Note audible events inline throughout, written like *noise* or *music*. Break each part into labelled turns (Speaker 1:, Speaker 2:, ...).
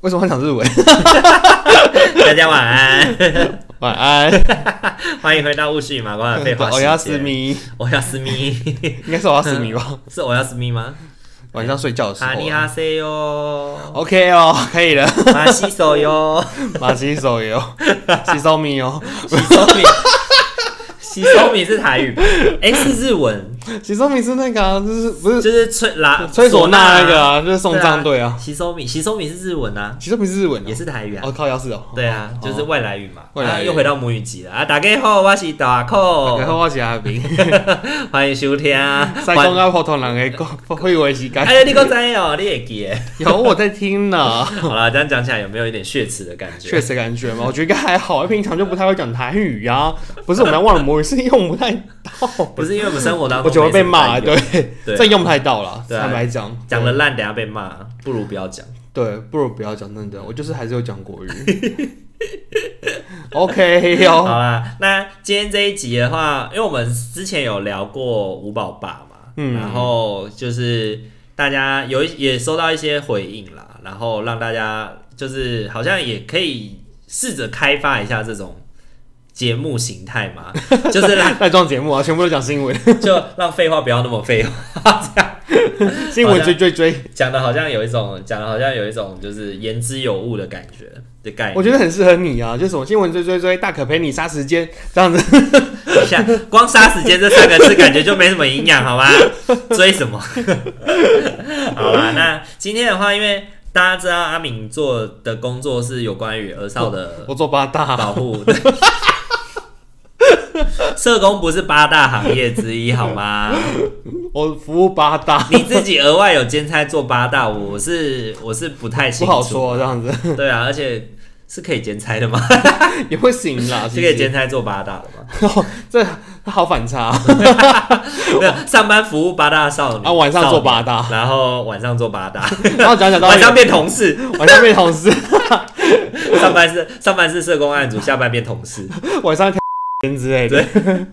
Speaker 1: 为什么要讲日文？
Speaker 2: 大家晚安，
Speaker 1: *laughs*
Speaker 2: *laughs*
Speaker 1: 晚 *laughs* 安，
Speaker 2: 欢迎回到巫师与麻瓜的废话
Speaker 1: 嗯我哦要
Speaker 2: 世
Speaker 1: 私
Speaker 2: 界。
Speaker 1: 密，
Speaker 2: 我要私密， *laughs*
Speaker 1: 应该是我要私密 *laughs* 吧？
Speaker 2: 是我要私密吗？
Speaker 1: 晚上睡觉的时
Speaker 2: 哈
Speaker 1: 候
Speaker 2: 尼
Speaker 1: 啊。
Speaker 2: 哈塞哟，
Speaker 1: OK 哦，可以了，
Speaker 2: 马西手
Speaker 1: *laughs*
Speaker 2: 哟，
Speaker 1: 马西手游，西手米哦，
Speaker 2: 西手米，西手米是台语吧？哎，是日文，
Speaker 1: 西手米是那个啊，就是不
Speaker 2: 就是是吹拉
Speaker 1: 吹唢呐那个
Speaker 2: 啊。
Speaker 1: 啊，就是送葬队啊。
Speaker 2: 西手米，西手米是日文啊，
Speaker 1: 西手米是日文哦
Speaker 2: 也是台语啊
Speaker 1: 哦，。靠，要是哦。
Speaker 2: 对啊，就是外来语嘛。
Speaker 1: 外来
Speaker 2: 啊
Speaker 1: 语
Speaker 2: 又回到母语集了啊！大家好，我是大寇，
Speaker 1: 然后我是阿 *laughs* 明，
Speaker 2: *laughs* 欢迎收听。
Speaker 1: 在讲啊，普通人的讲，会以为是干。
Speaker 2: 哎呀，你够知哦，你也记得。 *laughs*
Speaker 1: 有我在听呢，
Speaker 2: 好啦，这样讲起来有没有一点血池的感觉？
Speaker 1: 确实感觉嘛，我觉得应该还好，因为平常就不太会讲台语啊。不是我们要忘了母语，是用不太到。
Speaker 2: 不是因为我们生活当中
Speaker 1: 我觉得会被
Speaker 2: 没
Speaker 1: 骂，
Speaker 2: 什么
Speaker 1: 对
Speaker 2: 台语，对啊
Speaker 1: 这用不太到了，
Speaker 2: 对啊
Speaker 1: 坦白讲，
Speaker 2: 讲了烂，等下被骂，不如不要讲。
Speaker 1: 对，不如不要讲真的，我就是还是有讲国语。OK 哦，
Speaker 2: 好啦，那今天这一集的话，因为我们之前有聊过五宝爸嘛，
Speaker 1: 嗯
Speaker 2: 然后就是大家有一也收到一些回应啦，然后让大家就是好像也可以试着开发一下这种节目形态
Speaker 1: *laughs*
Speaker 2: 嘛，就是让
Speaker 1: 带状节目啊，全部都讲新闻，
Speaker 2: 就让废话不要那么废话，
Speaker 1: 新闻追追追，
Speaker 2: 讲的好像有一种讲的好像有一种就是言之有物的感觉的概
Speaker 1: 我
Speaker 2: 念。
Speaker 1: 觉得很适合你啊，就是什么新闻追追追，大可陪你杀时间这样子，
Speaker 2: 等一下，光“杀时间”这三个字感觉就没什么营养，好吗？追什么？好啦，那今天的话，因为大家知道阿敏做的工作是有关于儿少的
Speaker 1: 我做八大，
Speaker 2: 保护。对 *laughs* 社工不是八大行业之一，好吗？
Speaker 1: 我服务八大，
Speaker 2: 你自己额外有兼差做八大，我是我是不太
Speaker 1: 不
Speaker 2: 清楚。
Speaker 1: 好说这样子 *laughs*
Speaker 2: *laughs* 对啊，而且是可以兼差的吗？
Speaker 1: 也会行
Speaker 2: *laughs*
Speaker 1: 啦，
Speaker 2: 是
Speaker 1: 其
Speaker 2: 可以
Speaker 1: 实
Speaker 2: 兼差做八大的
Speaker 1: *laughs*
Speaker 2: 吗？
Speaker 1: 这好反差
Speaker 2: 没有，上班服务八大少女
Speaker 1: 啊，晚上做八，
Speaker 2: 少
Speaker 1: 大，
Speaker 2: 女然后晚上做八
Speaker 1: *laughs*
Speaker 2: 大，
Speaker 1: 然后讲讲到
Speaker 2: 晚上变同事，
Speaker 1: 晚上变同事， *laughs*
Speaker 2: 上班是上班是社工案组，下班变同事，
Speaker 1: 晚上天之类的，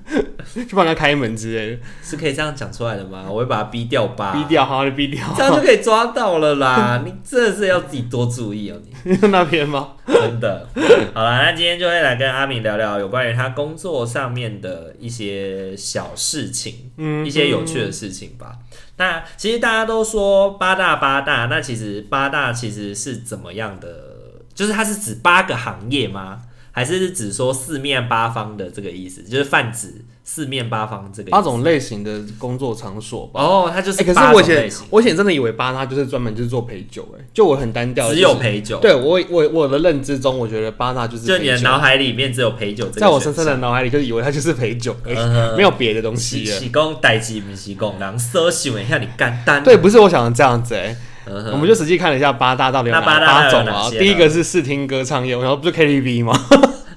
Speaker 1: *laughs* 去帮人家开门之类的。
Speaker 2: 是可以这样讲出来的吗？我会把他逼掉吧，
Speaker 1: 逼，掉，好好的逼掉，
Speaker 2: 这样就可以抓到了
Speaker 1: *laughs*
Speaker 2: 啦。你真的是要自己多注意哦，你
Speaker 1: 那边吗？
Speaker 2: 真的。
Speaker 1: *laughs*
Speaker 2: 好啦，那今天就会来跟阿敏聊聊有关于他工作上面的一些小事情。
Speaker 1: 嗯
Speaker 2: 一些有趣的事情吧。那其实大家都说八大八大，那其实八大其实是怎么样的？就是它是指八个行业吗？还是是指说四面八方的这个意思？就是泛指四面八方这个意思
Speaker 1: 八种类型的工作场所吧。
Speaker 2: 哦，它就
Speaker 1: 哎、
Speaker 2: 是
Speaker 1: 可是
Speaker 2: 八
Speaker 1: 我
Speaker 2: 种
Speaker 1: 以
Speaker 2: 类
Speaker 1: 前
Speaker 2: 型，
Speaker 1: 我以前真的以为八大就是专门就是做陪酒、哎，就我很单调，
Speaker 2: 只有
Speaker 1: 就是
Speaker 2: 陪酒，
Speaker 1: 对我我我的认知中，我觉得八大就是
Speaker 2: 就你
Speaker 1: 陪
Speaker 2: 的
Speaker 1: 酒，
Speaker 2: 脑海里面只有陪酒这个，
Speaker 1: 在我深深的脑海里就以为它就是陪酒而已，
Speaker 2: 嗯哼
Speaker 1: 没有别的东
Speaker 2: 喜
Speaker 1: 西了。
Speaker 2: 喜功代吉米喜功，然后奢喜一下你干单，啊
Speaker 1: *laughs* 对，不是我想的这样子哎、
Speaker 2: 嗯
Speaker 1: 我
Speaker 2: 哼，
Speaker 1: 们就实际看了一下八大到底有
Speaker 2: 那
Speaker 1: 哪
Speaker 2: 八大
Speaker 1: 八
Speaker 2: 到底有
Speaker 1: 种
Speaker 2: 哪
Speaker 1: 啊。
Speaker 2: 些呢
Speaker 1: 第一个是视听歌唱业，我想说不是 KTV 吗？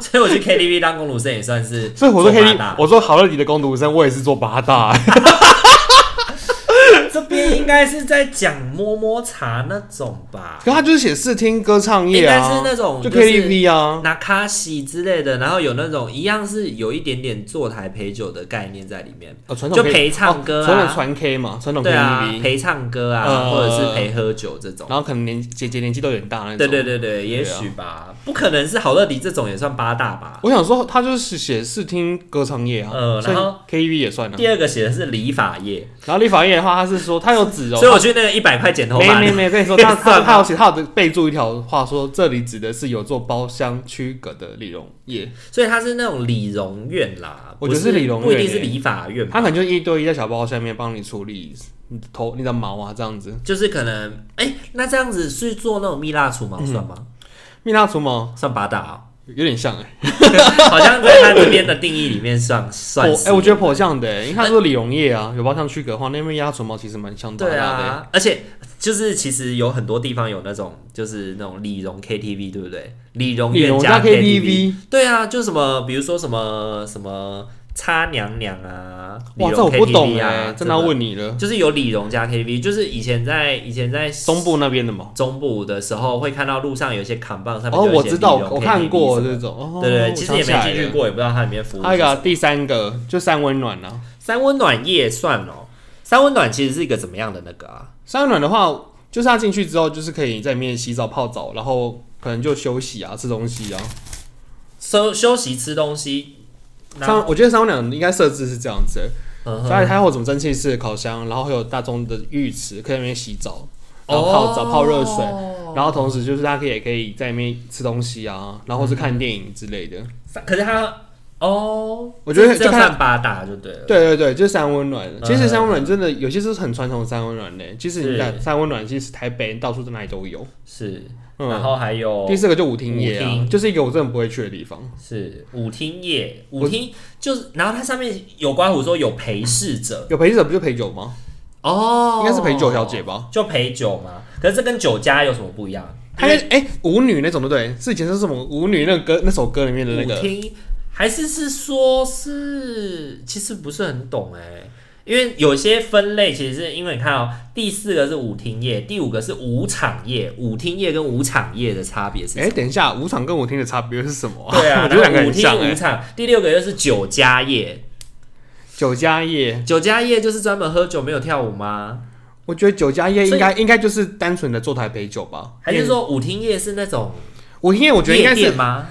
Speaker 2: 所以我去 KTV 当公主生也算是，
Speaker 1: 所以我说
Speaker 2: 八大
Speaker 1: KTV，我说好乐迪的工读生，我也是做八大、哎
Speaker 2: 这边应该是在讲摸摸茶那种吧，
Speaker 1: *laughs* 可他就是写视听歌唱业啊，
Speaker 2: 应该是那种
Speaker 1: 就
Speaker 2: 就是
Speaker 1: KTV 啊，
Speaker 2: 拿卡西之类的，然后有那种一样是有一点点坐台陪酒的概念在里面，
Speaker 1: 哦，传统
Speaker 2: 就
Speaker 1: K-
Speaker 2: 陪唱歌
Speaker 1: 哦传统
Speaker 2: 啊，
Speaker 1: 传 K 嘛，传统
Speaker 2: 对啊，
Speaker 1: KTV，
Speaker 2: 陪唱歌啊，
Speaker 1: 呃
Speaker 2: 或者是陪喝酒这种。
Speaker 1: 然后可能年姐姐年纪都有点大那种。
Speaker 2: 对对。对对，也许吧，不可能是好乐迪这种也算八大吧。
Speaker 1: 我想说，他就是写视听歌唱业啊，
Speaker 2: 呃
Speaker 1: 所以
Speaker 2: 然后
Speaker 1: KTV 也算了。啊
Speaker 2: 第二个写的是理发业，
Speaker 1: 然后立法业的话，他是说他有指哦
Speaker 2: 所以，我去那个一百块剪头
Speaker 1: 没
Speaker 2: 发
Speaker 1: 没
Speaker 2: *laughs* 的，
Speaker 1: 没，跟你说，他
Speaker 2: 算
Speaker 1: 他
Speaker 2: 吗
Speaker 1: 他有写他有备注一条话说，这里指的是有做包厢区隔的理容业，
Speaker 2: 所以他是那种理容院啦，
Speaker 1: 我觉得
Speaker 2: 不是
Speaker 1: 是理容院
Speaker 2: 不一定是
Speaker 1: 欸
Speaker 2: 理发院吧
Speaker 1: 他可能就一对一在小包厢里面帮你处理你的头、你的毛啊这样子。
Speaker 2: 就是可能，
Speaker 1: 嗯
Speaker 2: 哎、那这样子是做那种蜜蜡除毛算吗？
Speaker 1: 蜜蜡除毛
Speaker 2: 算八大啊、 *laughs*
Speaker 1: 有点像哎、
Speaker 2: 好像在他这边的定义里面算
Speaker 1: 欸，
Speaker 2: 算
Speaker 1: 我哎、
Speaker 2: 是。
Speaker 1: 我觉得颇像的、欸，因为它是理容业啊，有包像区隔的话，那边压唇毛其实蛮像大家
Speaker 2: 对
Speaker 1: 的、欸。
Speaker 2: 啊，而且就是其实有很多地方有那种就是那种理容 KTV，对不对？理容
Speaker 1: 理
Speaker 2: 院
Speaker 1: 容加
Speaker 2: KTV，
Speaker 1: KTV，
Speaker 2: 对啊，就什么比如说什么什么擦娘娘啊，理
Speaker 1: 哇，这
Speaker 2: 容
Speaker 1: 我不懂
Speaker 2: KTV
Speaker 1: 哎、
Speaker 2: 啊，
Speaker 1: 真的要问你了。
Speaker 2: 就是有理容加 KTV，就是以前在以前在
Speaker 1: 中部那边的嘛，
Speaker 2: 中部的时候会看到路上有一些扛棒上面
Speaker 1: 哦，
Speaker 2: 就有
Speaker 1: 我
Speaker 2: 一些
Speaker 1: 知道，
Speaker 2: 理容
Speaker 1: 我看
Speaker 2: KTV
Speaker 1: 过
Speaker 2: 什么
Speaker 1: 这种。哦
Speaker 2: 的，对对，其实也没进去。
Speaker 1: 我想起来了
Speaker 2: 过，也不知道它里面服务是
Speaker 1: 还有一
Speaker 2: 什么
Speaker 1: 个第三个就三温暖啊，
Speaker 2: 三温暖夜算哦，三温暖其实是一个怎么样的那个啊？
Speaker 1: 三温暖的话，就是他进去之后，就是可以在里面洗澡、泡澡，然后可能就休息啊、吃东西啊。
Speaker 2: 休休息吃东西，那哦
Speaker 1: 三，我觉得三温暖应该设置是这样子的，
Speaker 2: 嗯
Speaker 1: 所
Speaker 2: 哼
Speaker 1: 以它会有什么蒸汽式的烤箱，然后会有大众的浴池，可以在里面洗澡，然后
Speaker 2: 哦
Speaker 1: 泡澡、泡热水，然后同时就是它可以也可以在里面吃东西啊，然后是看电影之类的。
Speaker 2: 三可是它哦，
Speaker 1: 我觉
Speaker 2: 嗯
Speaker 1: 得
Speaker 2: 这
Speaker 1: 就
Speaker 2: 这
Speaker 1: 看
Speaker 2: 算八大就对了。
Speaker 1: 对对对，就是三温暖。其实
Speaker 2: 嗯
Speaker 1: 三温暖真的有些是很传统的三温暖的，其实你看
Speaker 2: 是
Speaker 1: 三温暖，其实台北到处在哪里都有。
Speaker 2: 是，
Speaker 1: 嗯
Speaker 2: 然后还有
Speaker 1: 第四个就舞厅夜
Speaker 2: 哦舞
Speaker 1: 啊
Speaker 2: 厅，
Speaker 1: 就是一个我真的不会去的地方。
Speaker 2: 是舞厅夜，舞厅就是，然后它上面有刮胡说有陪侍者
Speaker 1: 有陪酒不就陪酒吗？
Speaker 2: 哦，
Speaker 1: 应该是陪酒小姐，吧？
Speaker 2: 就陪酒嘛。可是这跟酒家有什么不一样？
Speaker 1: 还有哎，舞女那种对不对？是以前是什么舞女那个歌那首歌里面的那
Speaker 2: 舞
Speaker 1: 个
Speaker 2: 厅还是是说是，其实不是很懂哎、因为有些分类其实是因为你看哦，第四个是舞厅业，第五个是舞场业，舞厅业跟舞场业的差别是什么？
Speaker 1: 哎，等一下，舞场跟舞厅的差别是什么？
Speaker 2: *laughs* 对 *laughs*
Speaker 1: *laughs*
Speaker 2: 啊，
Speaker 1: 我觉得两个
Speaker 2: 然后舞
Speaker 1: 很像
Speaker 2: 厅舞
Speaker 1: 哎。
Speaker 2: 场，第六个又是酒家业，
Speaker 1: 酒家夜，
Speaker 2: 酒家业就是专门喝酒没有跳舞吗？
Speaker 1: 我觉得酒家夜应该应该就是单纯的坐台陪酒吧，
Speaker 2: 还是说舞厅业是那种
Speaker 1: 舞厅夜？我觉得应
Speaker 2: 夜
Speaker 1: 该
Speaker 2: 店
Speaker 1: 是
Speaker 2: 吗？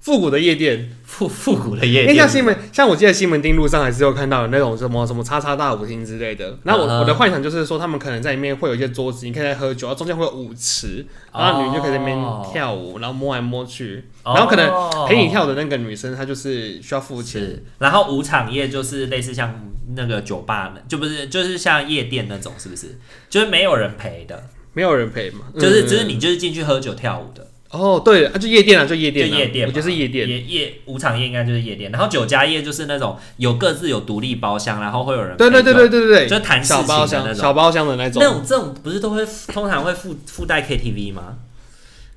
Speaker 1: 复古的夜店。
Speaker 2: 复复古的夜
Speaker 1: 因为像
Speaker 2: 店，
Speaker 1: 西门，像我记得西门町路上还是有看到有那种什么什么叉叉大舞厅之类的。那我、
Speaker 2: 嗯哼
Speaker 1: 我的幻想就是说，他们可能在里面会有一些桌子，你可以在喝酒，然后中间会有舞池，然后女人就可以在那边跳舞，然后摸来摸去，
Speaker 2: 哦
Speaker 1: 然后可能
Speaker 2: 能
Speaker 1: 陪你跳的那个女生她就是需要付钱。
Speaker 2: 是，然后舞场业就是类似像那个酒吧呢，就不是就是像夜店那种，是不是？就是没有人陪的，
Speaker 1: 没有人陪嘛，
Speaker 2: 就是
Speaker 1: 嗯
Speaker 2: 只是你就是进去喝酒跳舞的，
Speaker 1: 哦，对，啊，就夜店啊，就夜
Speaker 2: 就
Speaker 1: 店、啊，
Speaker 2: 夜店嘛，
Speaker 1: 我觉得是夜店，
Speaker 2: 夜夜舞场业应该就是夜店，然后酒家业就是那种有各自有独立包厢，然后会有人
Speaker 1: 对对
Speaker 2: 陪
Speaker 1: 对
Speaker 2: 酒
Speaker 1: 对对对
Speaker 2: 就
Speaker 1: 对，
Speaker 2: 谈事
Speaker 1: 小
Speaker 2: 情
Speaker 1: 包
Speaker 2: 的
Speaker 1: 厢，
Speaker 2: 那
Speaker 1: 小
Speaker 2: 种。
Speaker 1: 包厢的那种
Speaker 2: 那，种这种不是都会通常会附附带 KTV 吗？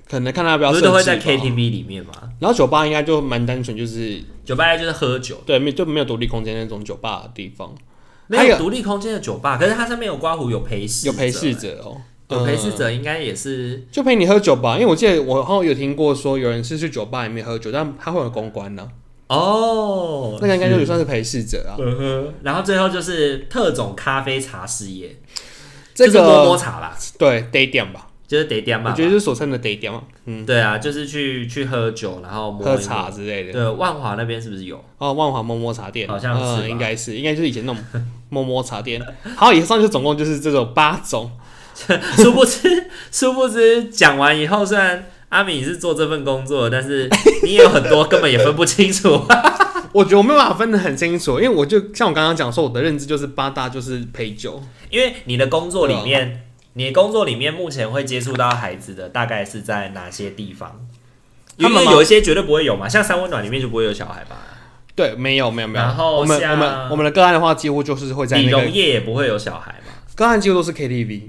Speaker 1: 可能看他要不要
Speaker 2: 不是
Speaker 1: 设
Speaker 2: 都会
Speaker 1: 计
Speaker 2: 在
Speaker 1: 吧
Speaker 2: KTV 里面吗？
Speaker 1: 然后酒吧应该就蛮单纯，就是
Speaker 2: 酒吧业就是喝酒，
Speaker 1: 对，没就没有独立空间那种酒吧的地方，还
Speaker 2: 没
Speaker 1: 有
Speaker 2: 有独立空间的酒吧，可是它上面有刮胡，有陪侍，
Speaker 1: 有陪侍，者哦，
Speaker 2: 有陪侍
Speaker 1: 嗯、
Speaker 2: 者应该也是
Speaker 1: 就陪你喝酒吧，因为我记得我好像有听过说有人是去酒吧里面喝酒，但他会有公关呢、
Speaker 2: 哦，
Speaker 1: 那个应该就也算是陪侍者啊。
Speaker 2: 嗯哼，然后最后就是特种咖啡茶事业，
Speaker 1: 这
Speaker 2: 就是摸摸
Speaker 1: 个
Speaker 2: 茶啦，
Speaker 1: 对 day 点吧，
Speaker 2: 就是得点
Speaker 1: 我
Speaker 2: 嘛
Speaker 1: 觉，得就是所称的 day 点嘛，嗯，
Speaker 2: 对啊，就是去去喝酒，然后摸一摸
Speaker 1: 喝茶。之类的。
Speaker 2: 对，万华那边是不是有？ *laughs*
Speaker 1: 哦，万华摸摸茶店，
Speaker 2: 好像是吧
Speaker 1: 嗯，应该是，应该就是以前那种摸摸茶店。好，以上就总共就是这种八种，
Speaker 2: 殊不知，殊不知讲完以后，虽然阿敏是做这份工作，但
Speaker 1: *laughs*
Speaker 2: 是你也有很多根本也分不清楚。
Speaker 1: 我觉得我没有办法分得很清楚，因为我就像我刚刚讲说，我的认知就是八大就是陪酒，
Speaker 2: 因为你的工作里
Speaker 1: 啊
Speaker 2: 面，你的工作里面目前会接触到孩子的大概是在哪些地方？
Speaker 1: 他
Speaker 2: 因
Speaker 1: 们吗
Speaker 2: 为有一些绝对不会有嘛，像三温暖里面就不会有小孩吧？
Speaker 1: 对，没有没有没有。
Speaker 2: 然后
Speaker 1: 我们
Speaker 2: 像
Speaker 1: 我们我们的个案的话，几乎就是会在
Speaker 2: 理
Speaker 1: 那
Speaker 2: 容
Speaker 1: 个
Speaker 2: 业也不会有小孩嘛，
Speaker 1: 个案几乎都是 KTV，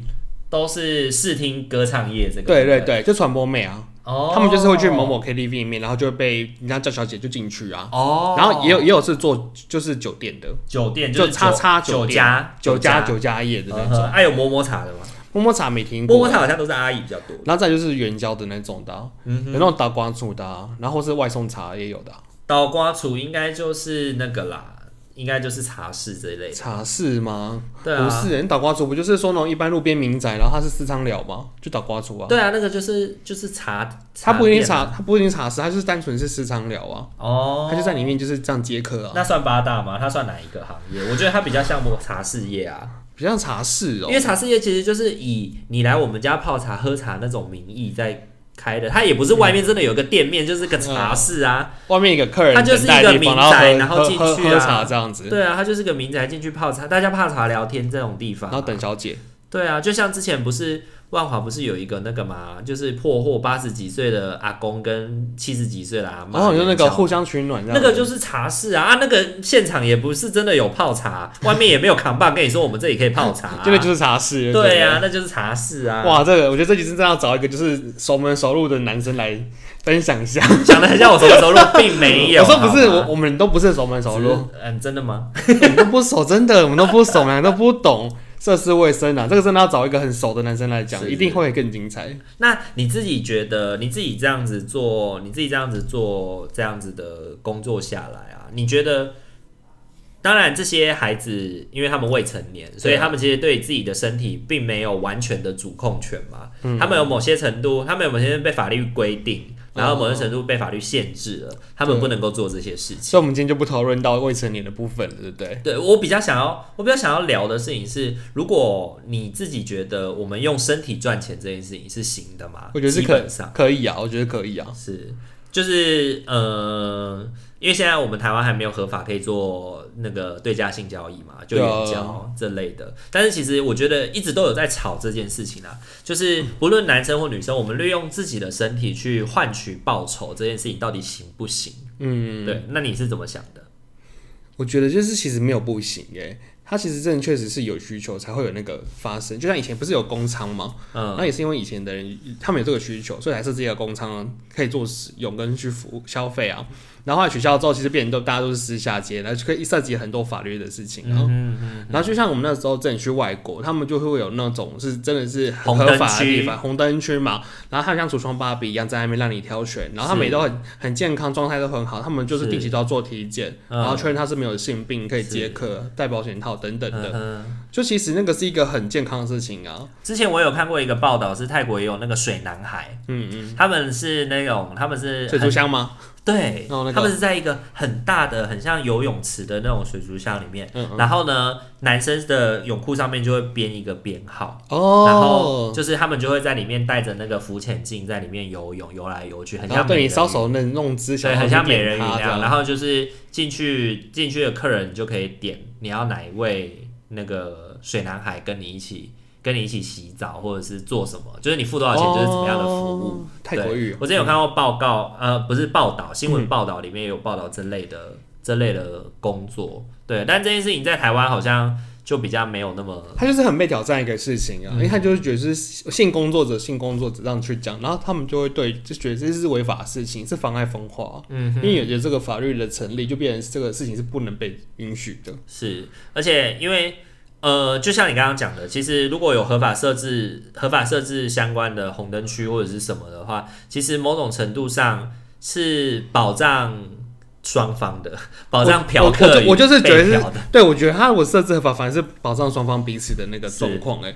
Speaker 2: 都是视听歌唱业这个。
Speaker 1: 对对，对，就传播妹啊，
Speaker 2: 哦，
Speaker 1: 他们就是会去某。某 KTV 里面，然后就会被人家叫小姐就进去啊。
Speaker 2: 哦，
Speaker 1: 然后也有也有是做就是酒店的，
Speaker 2: 酒店，
Speaker 1: 就是叉叉
Speaker 2: 酒
Speaker 1: 店
Speaker 2: 家
Speaker 1: 酒家酒家业的那
Speaker 2: 嗯
Speaker 1: 种
Speaker 2: 哼，。还有摸摸茶的嘛，
Speaker 1: 摸摸茶没听
Speaker 2: 摸
Speaker 1: 过
Speaker 2: 摸，茶好像都是阿姨比较多。
Speaker 1: 然后再就是援交的那种的啊，
Speaker 2: 嗯
Speaker 1: 有那种打光煮的啊，然后是外送茶也有的啊，
Speaker 2: 倒瓜厨应该就是那个啦，应该就是茶室这一类的。
Speaker 1: 茶室吗？
Speaker 2: 对啊，
Speaker 1: 不是，你打光煮不就是说那种一般路边民宅，然后它是私娼寮吗？就打光煮啊。
Speaker 2: 对啊，那个就是就是茶，
Speaker 1: 它不一定
Speaker 2: 店啊
Speaker 1: 茶，它不一定茶室，它就是单纯是私娼寮啊，
Speaker 2: 哦，
Speaker 1: 它就在里面就是这样接客啊，
Speaker 2: 那算八大吗？它算哪一个行业？我觉得它比较像摸茶事业啊。
Speaker 1: 比较像茶室哦
Speaker 2: 因。为茶室业其实就是以你来我们家泡茶、喝茶那种名义在开的，它也不是外面真的有个店面，就是个茶室啊。
Speaker 1: 外面一个客人
Speaker 2: 它就是
Speaker 1: 等待的
Speaker 2: 一
Speaker 1: 地方
Speaker 2: 个民宅
Speaker 1: 然
Speaker 2: 然
Speaker 1: 后
Speaker 2: 后
Speaker 1: 喝
Speaker 2: 进
Speaker 1: 喝喝
Speaker 2: 去啊
Speaker 1: 喝茶这样子，
Speaker 2: 对啊，它就是个民宅进去泡茶，大家泡茶聊天这种地方
Speaker 1: 然后
Speaker 2: 啊。
Speaker 1: 等小姐。
Speaker 2: 对啊，就像之前不是万华不是有一个那个嘛，就是破获八十几岁的阿公跟七十几岁的阿妈，
Speaker 1: 然后哦啊就那个互相取暖这样
Speaker 2: 那
Speaker 1: 子，，
Speaker 2: 个就是茶室啊啊，那个现场也不是真的有泡茶，外面也没有扛棒跟你说我们这里可以泡茶、啊
Speaker 1: 这个 *laughs* 就是茶室，
Speaker 2: 对
Speaker 1: 呀、
Speaker 2: 啊，那就是茶室啊。
Speaker 1: 哇，这个我觉得这集真的要找一个就是熟门熟路的男生来分享一下。
Speaker 2: 想的很像我什么时候录，并没有。
Speaker 1: *laughs* 我说不是，
Speaker 2: 好吗
Speaker 1: 我我们都不是熟门熟路，
Speaker 2: 只是嗯，真的吗？
Speaker 1: *laughs* 我们都不熟，真的，我们都不熟，我们都不懂涉世未深啊。这个真的要找一个很熟的男生来讲，
Speaker 2: 是
Speaker 1: 一定会更精彩。
Speaker 2: 那你自己觉得，你自己这样子做，你自己这样子做，这样子的工作下来啊，你觉得？当然，这些孩子因为他们未成年，所以他们其实对自己的身体并没有完全的主控权嘛。他们有某些程度，他们有某些被法律规定，然后某些程度被法律限制了，他们不能够做这些事情。
Speaker 1: 所以，我们今天就不讨论到未成年的部分了，对不对？
Speaker 2: 对我比较想要，我比较想要聊的事情是，如果你自己觉得我们用身体赚钱这件事情是行的吗？
Speaker 1: 我觉得是
Speaker 2: 基
Speaker 1: 可
Speaker 2: 本上
Speaker 1: 可以啊，我觉得可以啊。
Speaker 2: 是，就是呃，因为现在我们台湾还没有合法可以做那个对价性交易嘛，就
Speaker 1: 对啊
Speaker 2: 援交这类的。但是其实我觉得一直都有在吵这件事情啊，就是不论男生或女生，我们利用自己的身体去换取报酬这件事情到底行不行？
Speaker 1: 嗯，
Speaker 2: 对，那你是怎么想的？
Speaker 1: 我觉得就是其实没有不行耶，它其实真的确实是有需求才会有那个发生。就像以前不是有工厂吗？
Speaker 2: 嗯，
Speaker 1: 那也是因为以前的人他们有这个需求，所以才设置一个工厂可以做使用跟去服务消费啊。然后后来取消之后，其实变成都大家都是私下接，然后就可以涉及很多法律的事情。然
Speaker 2: 嗯
Speaker 1: 后，然后就像我们那时候真的去外国，他们就会有那种是真的是很
Speaker 2: 红
Speaker 1: 合
Speaker 2: 灯
Speaker 1: 法的地
Speaker 2: 区
Speaker 1: 方，红灯区嘛。然后他像橱窗芭比一样在那边让你挑选，然后他们
Speaker 2: 是
Speaker 1: 也都很很健康，状态都很好，他们就是定期都要做体检，
Speaker 2: 嗯
Speaker 1: 然后确认他是没有性病，可以接客、戴保险套等等的。
Speaker 2: 嗯
Speaker 1: 就其实那个是一个很健康的事情啊。
Speaker 2: 之前我有看过一个报道，是泰国也有那个水男孩，
Speaker 1: 嗯嗯，
Speaker 2: 他们是那种他们是
Speaker 1: 水
Speaker 2: 很
Speaker 1: 族箱吗？
Speaker 2: 对、
Speaker 1: 哦那个
Speaker 2: 他们是在一个很大的很像游泳池的那种水族箱里面，
Speaker 1: 嗯
Speaker 2: 然后呢，男生的泳裤上面就会编一个编号。然后
Speaker 1: 哦，
Speaker 2: 就是他们就会在里面带着那个浮潜镜在里面游泳，游来游去，很
Speaker 1: 然
Speaker 2: 像
Speaker 1: 后对
Speaker 2: 美
Speaker 1: 你
Speaker 2: 人
Speaker 1: 搔
Speaker 2: 鱼
Speaker 1: 首弄弄姿，想
Speaker 2: 对，
Speaker 1: 要
Speaker 2: 很
Speaker 1: 去
Speaker 2: 像美
Speaker 1: 点
Speaker 2: 人鱼
Speaker 1: 它
Speaker 2: 那
Speaker 1: 这
Speaker 2: 样。然后就是进去进去的客人你就可以点你要哪一位那个水男孩跟你一起跟你一起洗澡或者是做什么，就是你付多少钱就是怎么样的服务。
Speaker 1: 哦泰国
Speaker 2: 对
Speaker 1: 浴，
Speaker 2: 我之前有看过报告，
Speaker 1: 嗯
Speaker 2: 呃，不是报道，新闻报道里面也有报道这类的、这类的工作。对，但这件事情在台湾好像就比较没有那么
Speaker 1: 他就是很被挑战一个事情啊，
Speaker 2: 嗯
Speaker 1: 因为他就是觉得是性工作者、性工作者这样去讲，然后他们就会对就觉得这是违法的事情，是妨碍风化，嗯，因为有觉得这个法律的成立，就变成这个事情是不能被允许的，
Speaker 2: 是，而且因为呃，就像你刚刚讲的，其实如果有合法设置、合法设置相关的红灯区或者是什么的话，其实某种程度上是保障双方的，保障哦嫖
Speaker 1: 我我
Speaker 2: 客
Speaker 1: 我就我就是
Speaker 2: 与被
Speaker 1: 觉得是
Speaker 2: 嫖的
Speaker 1: 对我觉得他如果设置合法，反而是保障双方彼此的那个状况哎。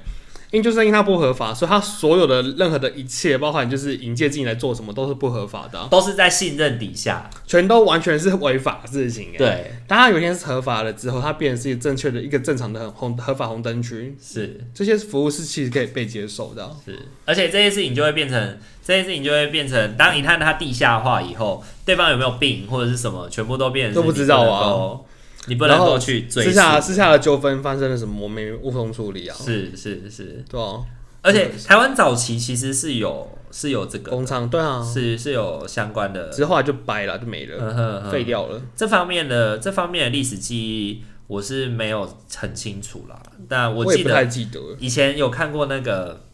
Speaker 1: 因为就是因为它不合法，所以它所有的任何的一切，包含就是引介进来做什么，都是不合法的啊、
Speaker 2: 都是在信任底下。
Speaker 1: 全都完全是违法的事情哎。
Speaker 2: 对，
Speaker 1: 当它有一天是合法了之后，它变成是一个正确的一个正常的红合法红灯区，
Speaker 2: 是
Speaker 1: 这些服务是其实可以被接受的啊、
Speaker 2: 是，而且这些事情就会变成，这些事情就会变成，当一旦它地下化以后，对方有没有病或者是什么，全部都变成
Speaker 1: 都不
Speaker 2: 是你
Speaker 1: 知道
Speaker 2: 能
Speaker 1: 啊
Speaker 2: 够。你不能
Speaker 1: 然后
Speaker 2: 够去追
Speaker 1: 私
Speaker 2: 溯，
Speaker 1: 下私下的纠纷发生了什么，我们也无从处理啊。
Speaker 2: 是是是，
Speaker 1: 对啊，
Speaker 2: 而且台湾早期其实是有是有这个，
Speaker 1: 工厂对啊，
Speaker 2: 是是有相关的，
Speaker 1: 之后来就掰了，就没了，
Speaker 2: 嗯哼哼
Speaker 1: 废掉了。
Speaker 2: 这方面的这方面的历史记忆我是没有很清楚啦，但我记
Speaker 1: 也不太
Speaker 2: 得
Speaker 1: 记得了。
Speaker 2: 以前有看过那个，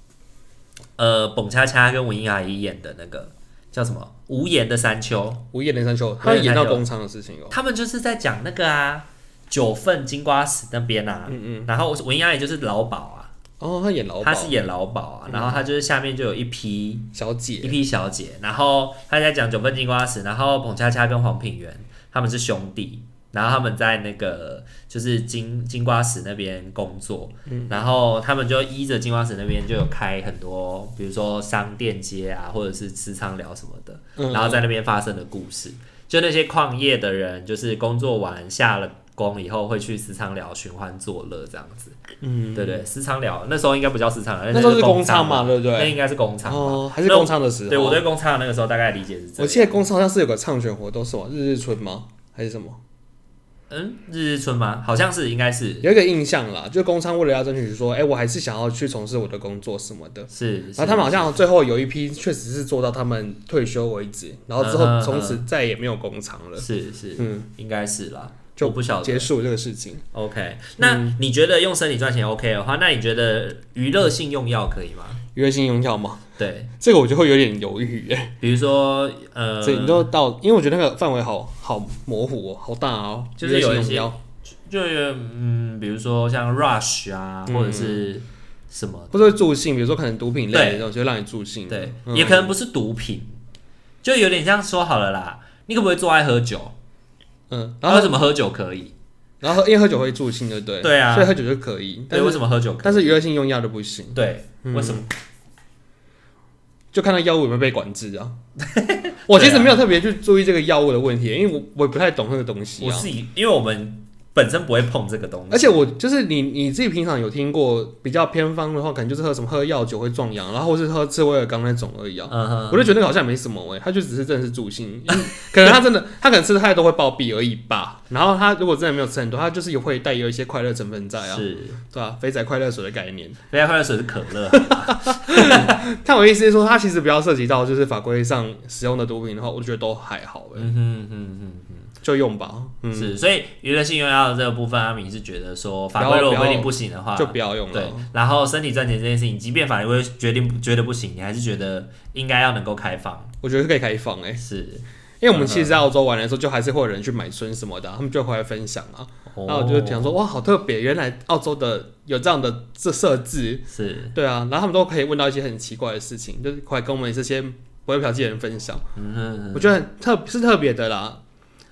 Speaker 2: 呃，蹦恰恰跟文英阿姨演的那个叫什么《无言的山丘》，
Speaker 1: 午夜连山丘，他演到
Speaker 2: 无业连山丘
Speaker 1: 工厂的事情哦、
Speaker 2: 他们就是在讲那个啊九份金瓜石那边啊，嗯嗯，然后文英阿姨就是老鸨啊，
Speaker 1: 哦，他演老鸨
Speaker 2: 她是演老鸨啊，然后她就是下面就有一批。
Speaker 1: 小
Speaker 2: 一
Speaker 1: 姐，
Speaker 2: 批小姐，然后他在讲九份金瓜石，然后彭恰恰跟黄品源他们是兄弟，然后他们在那个就是金金瓜石那边工作，
Speaker 1: 嗯
Speaker 2: 然后他们就依着金瓜石那边就有开很多，比如说商店街啊，或者是吃仓寮什么的，
Speaker 1: 嗯
Speaker 2: 然后在那边发生的故事，就那些矿业的人，就是工作完下了。工以后会去私仓寮寻欢作乐这样子，
Speaker 1: 嗯，
Speaker 2: 对对，私仓寮那时候应该不叫私仓寮，
Speaker 1: 那时候是
Speaker 2: 工
Speaker 1: 工厂嘛，对不
Speaker 2: 那
Speaker 1: 对？
Speaker 2: 应该是工厂吧
Speaker 1: 哦，还是工厂的时候。哦
Speaker 2: 对，我对公差那个时候大概理解是这样。
Speaker 1: 我记得工厂好像是有个唱选活动，是吗？日日春吗？还是什么？
Speaker 2: 嗯，日日春吗？好像是，应该是
Speaker 1: 有一个印象啦，就工商为了要争取说，哎、我还是想要去从事我的工作什么的。
Speaker 2: 是。
Speaker 1: 然啊后他们好像最后有一批确实是做到他们退休为止，然后之
Speaker 2: 嗯
Speaker 1: 后
Speaker 2: 嗯
Speaker 1: 从此再也没有工厂了，
Speaker 2: 是是，
Speaker 1: 嗯，
Speaker 2: 应该是啦，
Speaker 1: 就
Speaker 2: 我不晓
Speaker 1: 结
Speaker 2: 得。
Speaker 1: 束这嗯个事情。
Speaker 2: OK，那你觉得用身体赚钱 OK 的话，那你觉得娱乐性用药可以吗？
Speaker 1: 约性用药嘛，
Speaker 2: 对，
Speaker 1: 这个我就会有点犹豫耶。
Speaker 2: 比如说呃，
Speaker 1: 所以你就到，因为我觉得那个范围好好模糊哦，好大哦，
Speaker 2: 就是有一些
Speaker 1: 约性用药
Speaker 2: 就嗯，比如说像 Rush 啊，
Speaker 1: 嗯
Speaker 2: 或者是什么，
Speaker 1: 或者会助兴，比如说可能毒品类的
Speaker 2: 对
Speaker 1: 这种，就会让你助兴。
Speaker 2: 对，
Speaker 1: 嗯
Speaker 2: 也可能不是毒品，就有点像说好了啦，你可不可以做爱喝酒？
Speaker 1: 嗯，
Speaker 2: 然后
Speaker 1: 然后
Speaker 2: 为什么喝酒可以？
Speaker 1: 然后因为喝酒会助兴，对不对？
Speaker 2: 呃对啊
Speaker 1: 所以喝酒就可以，但
Speaker 2: 对，为
Speaker 1: 是
Speaker 2: 什么喝酒可
Speaker 1: 但
Speaker 2: 以？
Speaker 1: 是娱嗯乐性用药就不行，
Speaker 2: 对，为什么？
Speaker 1: 就看到药物有没有被管制
Speaker 2: *laughs*
Speaker 1: 啊。我
Speaker 2: 啊
Speaker 1: 其实没有特别去注意这个药物的问题，因为我我也不太懂那个东西
Speaker 2: 我
Speaker 1: 啊。
Speaker 2: 是以因为我们本身不会碰这个东西，
Speaker 1: 而且我就是你你自己平常有听过比较偏方的话，可能就是喝什么喝药酒会壮阳，然后或是喝刺猬尔刚那种而已啊。
Speaker 2: 嗯哼，
Speaker 1: 我就觉得那个好像没什么哎、他就只是真的是助兴，因为可能他
Speaker 2: *laughs*
Speaker 1: 真的他可能吃的太多会暴毙而已吧。然后他如果真的没有吃很多，他就是有会带有一些快乐成分在啊，
Speaker 2: 是，
Speaker 1: 对啊，肥仔快乐水的概念。
Speaker 2: 肥宅快乐水是可乐，
Speaker 1: 但我意思是说，它其实不要涉及到就是法规上使用的毒品的话，我觉得都还好哎、
Speaker 2: 嗯哼嗯
Speaker 1: 就用吧，
Speaker 2: 哼，
Speaker 1: 嗯，
Speaker 2: 是，所以娱乐性用药的这个部分，阿明是觉得说法
Speaker 1: 不
Speaker 2: 规
Speaker 1: 要
Speaker 2: 如果
Speaker 1: 不要
Speaker 2: 规定不行的话，
Speaker 1: 就不要用
Speaker 2: 啊对
Speaker 1: 了。，
Speaker 2: 然后身体赚钱这件事情，即便法律会决定不觉得不行，你还是觉得应该要能够开放，
Speaker 1: 我觉得可以开放哎、
Speaker 2: 是，
Speaker 1: 因为我们其实在澳洲玩的时候，就还是会有人去买春什么的啊、他们就回来分享啊。
Speaker 2: 哦
Speaker 1: 然后我就想说，哇，好特别，原来澳洲的有这样的这设置，
Speaker 2: 是，
Speaker 1: 对啊，然后他们都可以问到一些很奇怪的事情，就是快跟我们这些不会嫖妓的人分享，
Speaker 2: 嗯哼。
Speaker 1: 我觉得很特是特别的啦，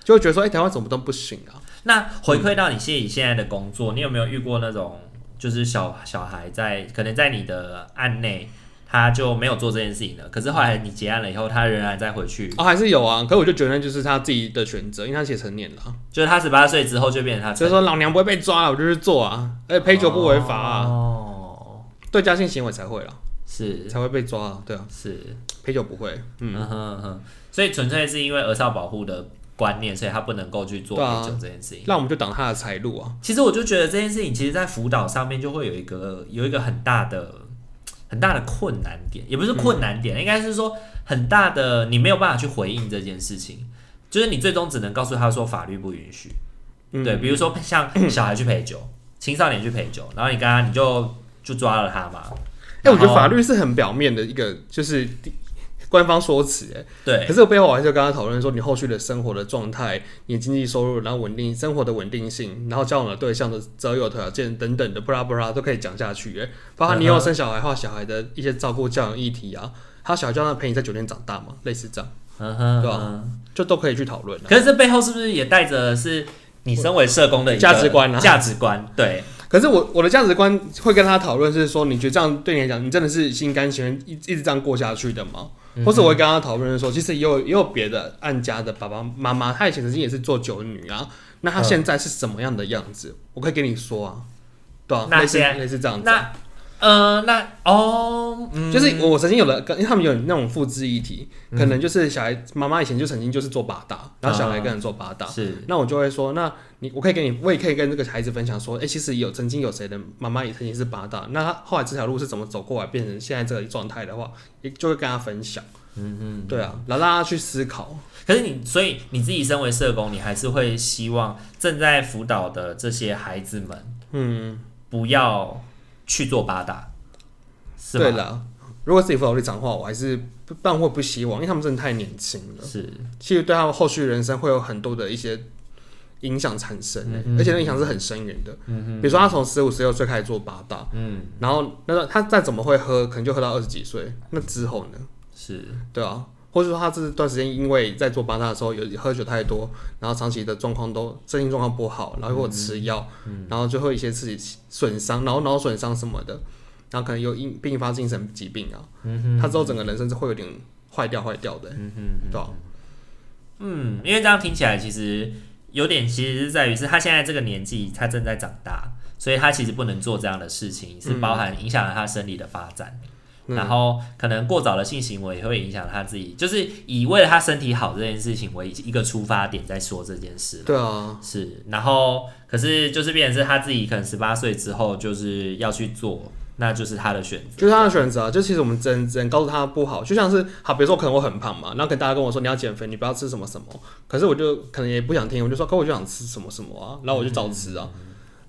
Speaker 1: 就会觉得说，哎、台湾怎么都不行啊？
Speaker 2: 那回馈到你现你现在的工作，你有没有遇过那种就是小小孩在可能在你的案内，他就没有做这件事情的，可是后来你结案了以后，他仍然再回去，
Speaker 1: 哦，还是有啊，可我就觉得就是他自己的选择，因为他写成年了啊，
Speaker 2: 就是他十八岁之后就变成他
Speaker 1: 所以说老娘不会被抓啊，我就去做啊，而且陪酒不违法啊，
Speaker 2: 哦，
Speaker 1: 对家性行为才会啦，
Speaker 2: 是
Speaker 1: 才会被抓啊，对啊，
Speaker 2: 是，
Speaker 1: 陪酒不会，嗯，
Speaker 2: 嗯哼嗯哼，所以纯粹是因为儿少保护的观念，所以他不能够去做
Speaker 1: 对啊
Speaker 2: 陪酒这件事情。
Speaker 1: 那我们就挡他的财路啊，
Speaker 2: 其实我就觉得这件事情，其实在辅导上面就会有一个有一个很大的很大的困难点，也不是困难点，应该是说很大的你没有办法去回应这件事情，就是你最终只能告诉他说法律不允许。
Speaker 1: 嗯
Speaker 2: 对，比如说
Speaker 1: *clears throat*
Speaker 2: 像小孩去陪酒，青少年去陪酒，然后你刚刚你就就抓了他嘛。
Speaker 1: 哎、我觉得
Speaker 2: 然后
Speaker 1: 法律是很表面的一个，就是官方说辞、哎。
Speaker 2: 对
Speaker 1: 可是我背后我还是跟他讨论说，你后续的生活的状态、你的经济收入，然后稳定生活的稳定性，然后交往的对象的择友条件等等的，布拉布拉都可以讲下去耶。包括你以后生小孩的话，小孩的一些照顾教养议题啊，他小孩就让他陪你在酒店长大嘛，类似这样，
Speaker 2: 嗯哼，
Speaker 1: 对啊
Speaker 2: 嗯
Speaker 1: 就都可以去讨论了。
Speaker 2: 可是这背后是不是也带着是你身为社工的一个
Speaker 1: 价值观啊
Speaker 2: 价值观，对，
Speaker 1: 可是我我的价值观会跟他讨论是说，你觉得这样对你来讲，你真的是心甘情愿一一直这样过下去的吗？
Speaker 2: 嗯
Speaker 1: 或是我会跟他讨论是说，其实也有也有别的案家的爸爸妈妈，他以前曾经也是做酒女啊，那他现在是什么样的样子？我可以跟你说啊，对啊，
Speaker 2: 那
Speaker 1: 类似
Speaker 2: 现在
Speaker 1: 类似这样子啊、
Speaker 2: 那呃，那哦，嗯
Speaker 1: 就是我曾经有了，因为他们有那种复制议题，可
Speaker 2: 嗯
Speaker 1: 能就是小孩妈妈以前就曾经就是做八大，然后小孩跟人做八大，
Speaker 2: 是
Speaker 1: 那我就会说，那你我可以跟你，我也可以跟这个孩子分享说，哎、其实有曾经有谁的妈妈也曾经是八大，那他后来这条路是怎么走过来变成现在这个状态的话，也就会跟他分享。嗯嗯，对啊，然后让他去思考。
Speaker 2: 可是你，所以你自己身为社工，你还是会希望正在辅导的这些孩子们
Speaker 1: 嗯，
Speaker 2: 不要去做八大，是
Speaker 1: 对
Speaker 2: 吧？
Speaker 1: 了，如果自己辅导力长的话，我还是不但会不希望，因为他们真的太年轻了，
Speaker 2: 是，
Speaker 1: 其实对他们后续人生会有很多的一些影响产生、欸而且那影响是很深远的。嗯比如说他从十五、十六岁开始做八大，
Speaker 2: 嗯，
Speaker 1: 然后那个他再怎么会喝，可能就喝到二十几岁，那之后呢？
Speaker 2: 是，
Speaker 1: 对啊，或者说他这段时间因为在做八大的时候有喝酒太多，然后长期的状况都身体状况不好，然后或者吃药，然后最后一些自己损伤，然后脑损伤什么的，然后可能又因并发精神疾病啊，他之后整个人生是会有点坏掉坏掉的、对啊，
Speaker 2: 嗯，因为这样听起来其实有点，其实是在于是他现在这个年纪，他正
Speaker 1: 嗯
Speaker 2: 在长大，所以他其实不能做这样的事情，是包含影响了他生理的发展。然后可能过早的性行为也会影响他自己，就是以为了他身体好这件事情为一个出发点在说这件事。
Speaker 1: 对啊，
Speaker 2: 是，然后可是就是变成是他自己可能十八岁之后就是要去做，那就是他的选择。
Speaker 1: 就是他的选择啊。就其实我们只能只能告诉他不好，就像是好，比如说可能我很胖嘛，然后可能大家跟我说你要减肥，你不要吃什么什么，可是我就可能也不想听，我就说可我就想吃什么什么啊，然后我就照吃啊。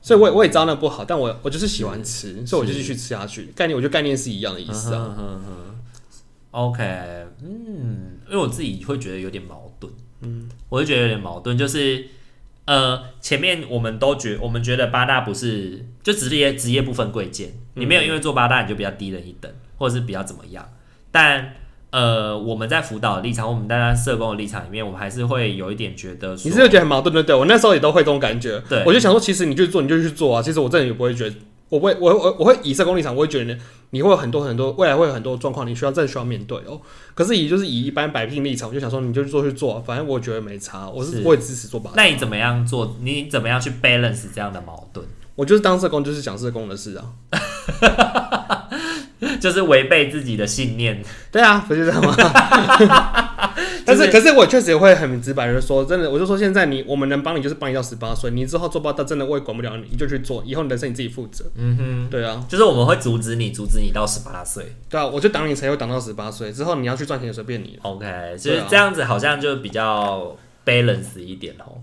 Speaker 1: 所以我也我也知道那不好，但我我就是喜欢吃，所以我就继续吃下去。概念我觉得概念是一样的意思
Speaker 2: 嗯
Speaker 1: 啊。
Speaker 2: 哼哼 OK，嗯，因为我自己会觉得有点矛盾，嗯，我会觉得有点矛盾，就是呃，前面我们都觉我们觉得八大不是就职业职业不分贵贱，你没有因为做八大你就比较低人一等，或者是比较怎么样，但。呃，我们在辅导的立场，我们大家社工的立场里面，我们还是会有一点觉得说，
Speaker 1: 你是不是觉得很矛盾，对不对？我那时候也都会这种感觉，
Speaker 2: 对
Speaker 1: 我就想说，其实你去做，你就去做啊。其实我真的也不会觉得，我不会，我我我会以社工立场，我会觉得你会有很多很多未来会有很多状况，你需要真的需要面对哦。可是以就是以一般百姓立场，我就想说，你就去做去做啊，反正我觉得没差，啊我
Speaker 2: 是
Speaker 1: 是我也支持做吧。
Speaker 2: 那你怎么样做？你怎么样去 balance 这样的矛盾？ *laughs*
Speaker 1: 我就是当社工，就是讲社工的事啊。
Speaker 2: 就是违背自己的信念。
Speaker 1: 对啊，不是这样
Speaker 2: *laughs*
Speaker 1: 吗？但是，可是我确实也会很直白的说，真的，我就说现在你我们能帮你就是帮你到十八岁，你之后做不到，真的我也管不了你，你就去做，以后你人生你自己负责。
Speaker 2: 嗯哼，
Speaker 1: 对啊，
Speaker 2: 就是我们会阻止你，阻止你到十八岁。
Speaker 1: 对啊，我就挡你才会挡到十八岁，之后你要去赚钱也随便你。
Speaker 2: OK，就是这样子，好像就比较 balance 一点哦。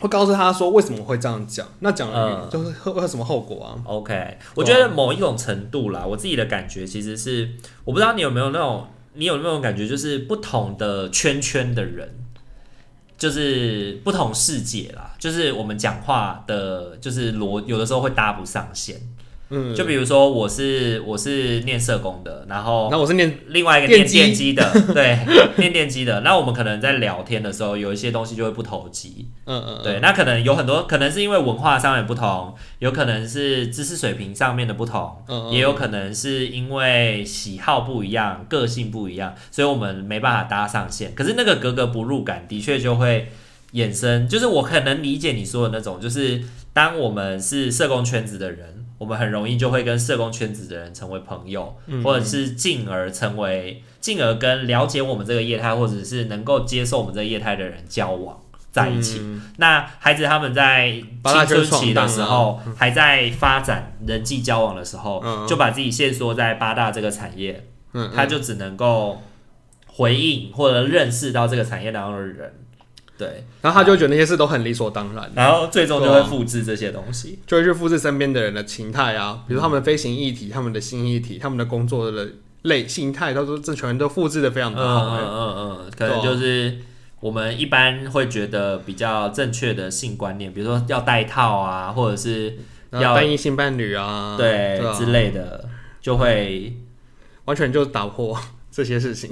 Speaker 1: 会告诉他说为什么会这样讲，那讲
Speaker 2: 嗯
Speaker 1: 了就是会会有什么后果啊？
Speaker 2: OK，我觉得某一种程度啦，我自己的感觉其实是，我不知道你有没有那种，你有没有那种感觉，就是不同的圈圈的人，就是不同世界啦，就是我们讲话的，就是逻有的时候会搭不上线。
Speaker 1: 嗯，
Speaker 2: 就比如说我是我是念社工的，然后
Speaker 1: 然后我是念
Speaker 2: 另外一个念
Speaker 1: 电机
Speaker 2: 电机的，对， *laughs* 念电机的。那我们可能在聊天的时候，有一些东西就会不投机。
Speaker 1: 嗯嗯嗯
Speaker 2: 对，那可能有很多，可能是因为文化上面不同，有可能是知识水平上面的不同，
Speaker 1: 嗯嗯
Speaker 2: 也有可能是因为喜好不一样、个性不一样，所以我们没办法搭上线。可是那个格格不入感的确就会衍生，就是我可能理解你说的那种，就是当我们是社工圈子的人，我们很容易就会跟社工圈子的人成为朋友，
Speaker 1: 嗯
Speaker 2: 或者是进而成为进而跟了解我们这个业态，或者是能够接受我们这个业态的人交往在一起。
Speaker 1: 嗯
Speaker 2: 那孩子他们在
Speaker 1: 把他
Speaker 2: 青
Speaker 1: 觉
Speaker 2: 春
Speaker 1: 得
Speaker 2: 期的
Speaker 1: 闯荡
Speaker 2: 时
Speaker 1: 啊
Speaker 2: 候，还在发展人际交往的时候，
Speaker 1: 嗯
Speaker 2: 就把自己限缩在八大这个产业，
Speaker 1: 嗯，
Speaker 2: 他就只能够回应或者认识到这个产业当中的人。对，
Speaker 1: 然后他就会觉得那些事都很理所当然，
Speaker 2: 然后最终就
Speaker 1: 对
Speaker 2: 会
Speaker 1: 啊
Speaker 2: 复制这些东西。
Speaker 1: 就会去复制身边的人的情态啊，比如他们的飞行议题、他们的新议题、他们的工作的类形态，他说这全都复制的非常
Speaker 2: 嗯
Speaker 1: 的好、
Speaker 2: 嗯
Speaker 1: 欸。
Speaker 2: 嗯嗯，可能就是我们一般会觉得比较正确的性观念，比如说要戴套啊，或者是
Speaker 1: 然
Speaker 2: 要
Speaker 1: 后单一性伴侣啊，
Speaker 2: 对
Speaker 1: 啊
Speaker 2: 之类的，就会 *laughs*
Speaker 1: 完全就打破 *laughs* 这些事情。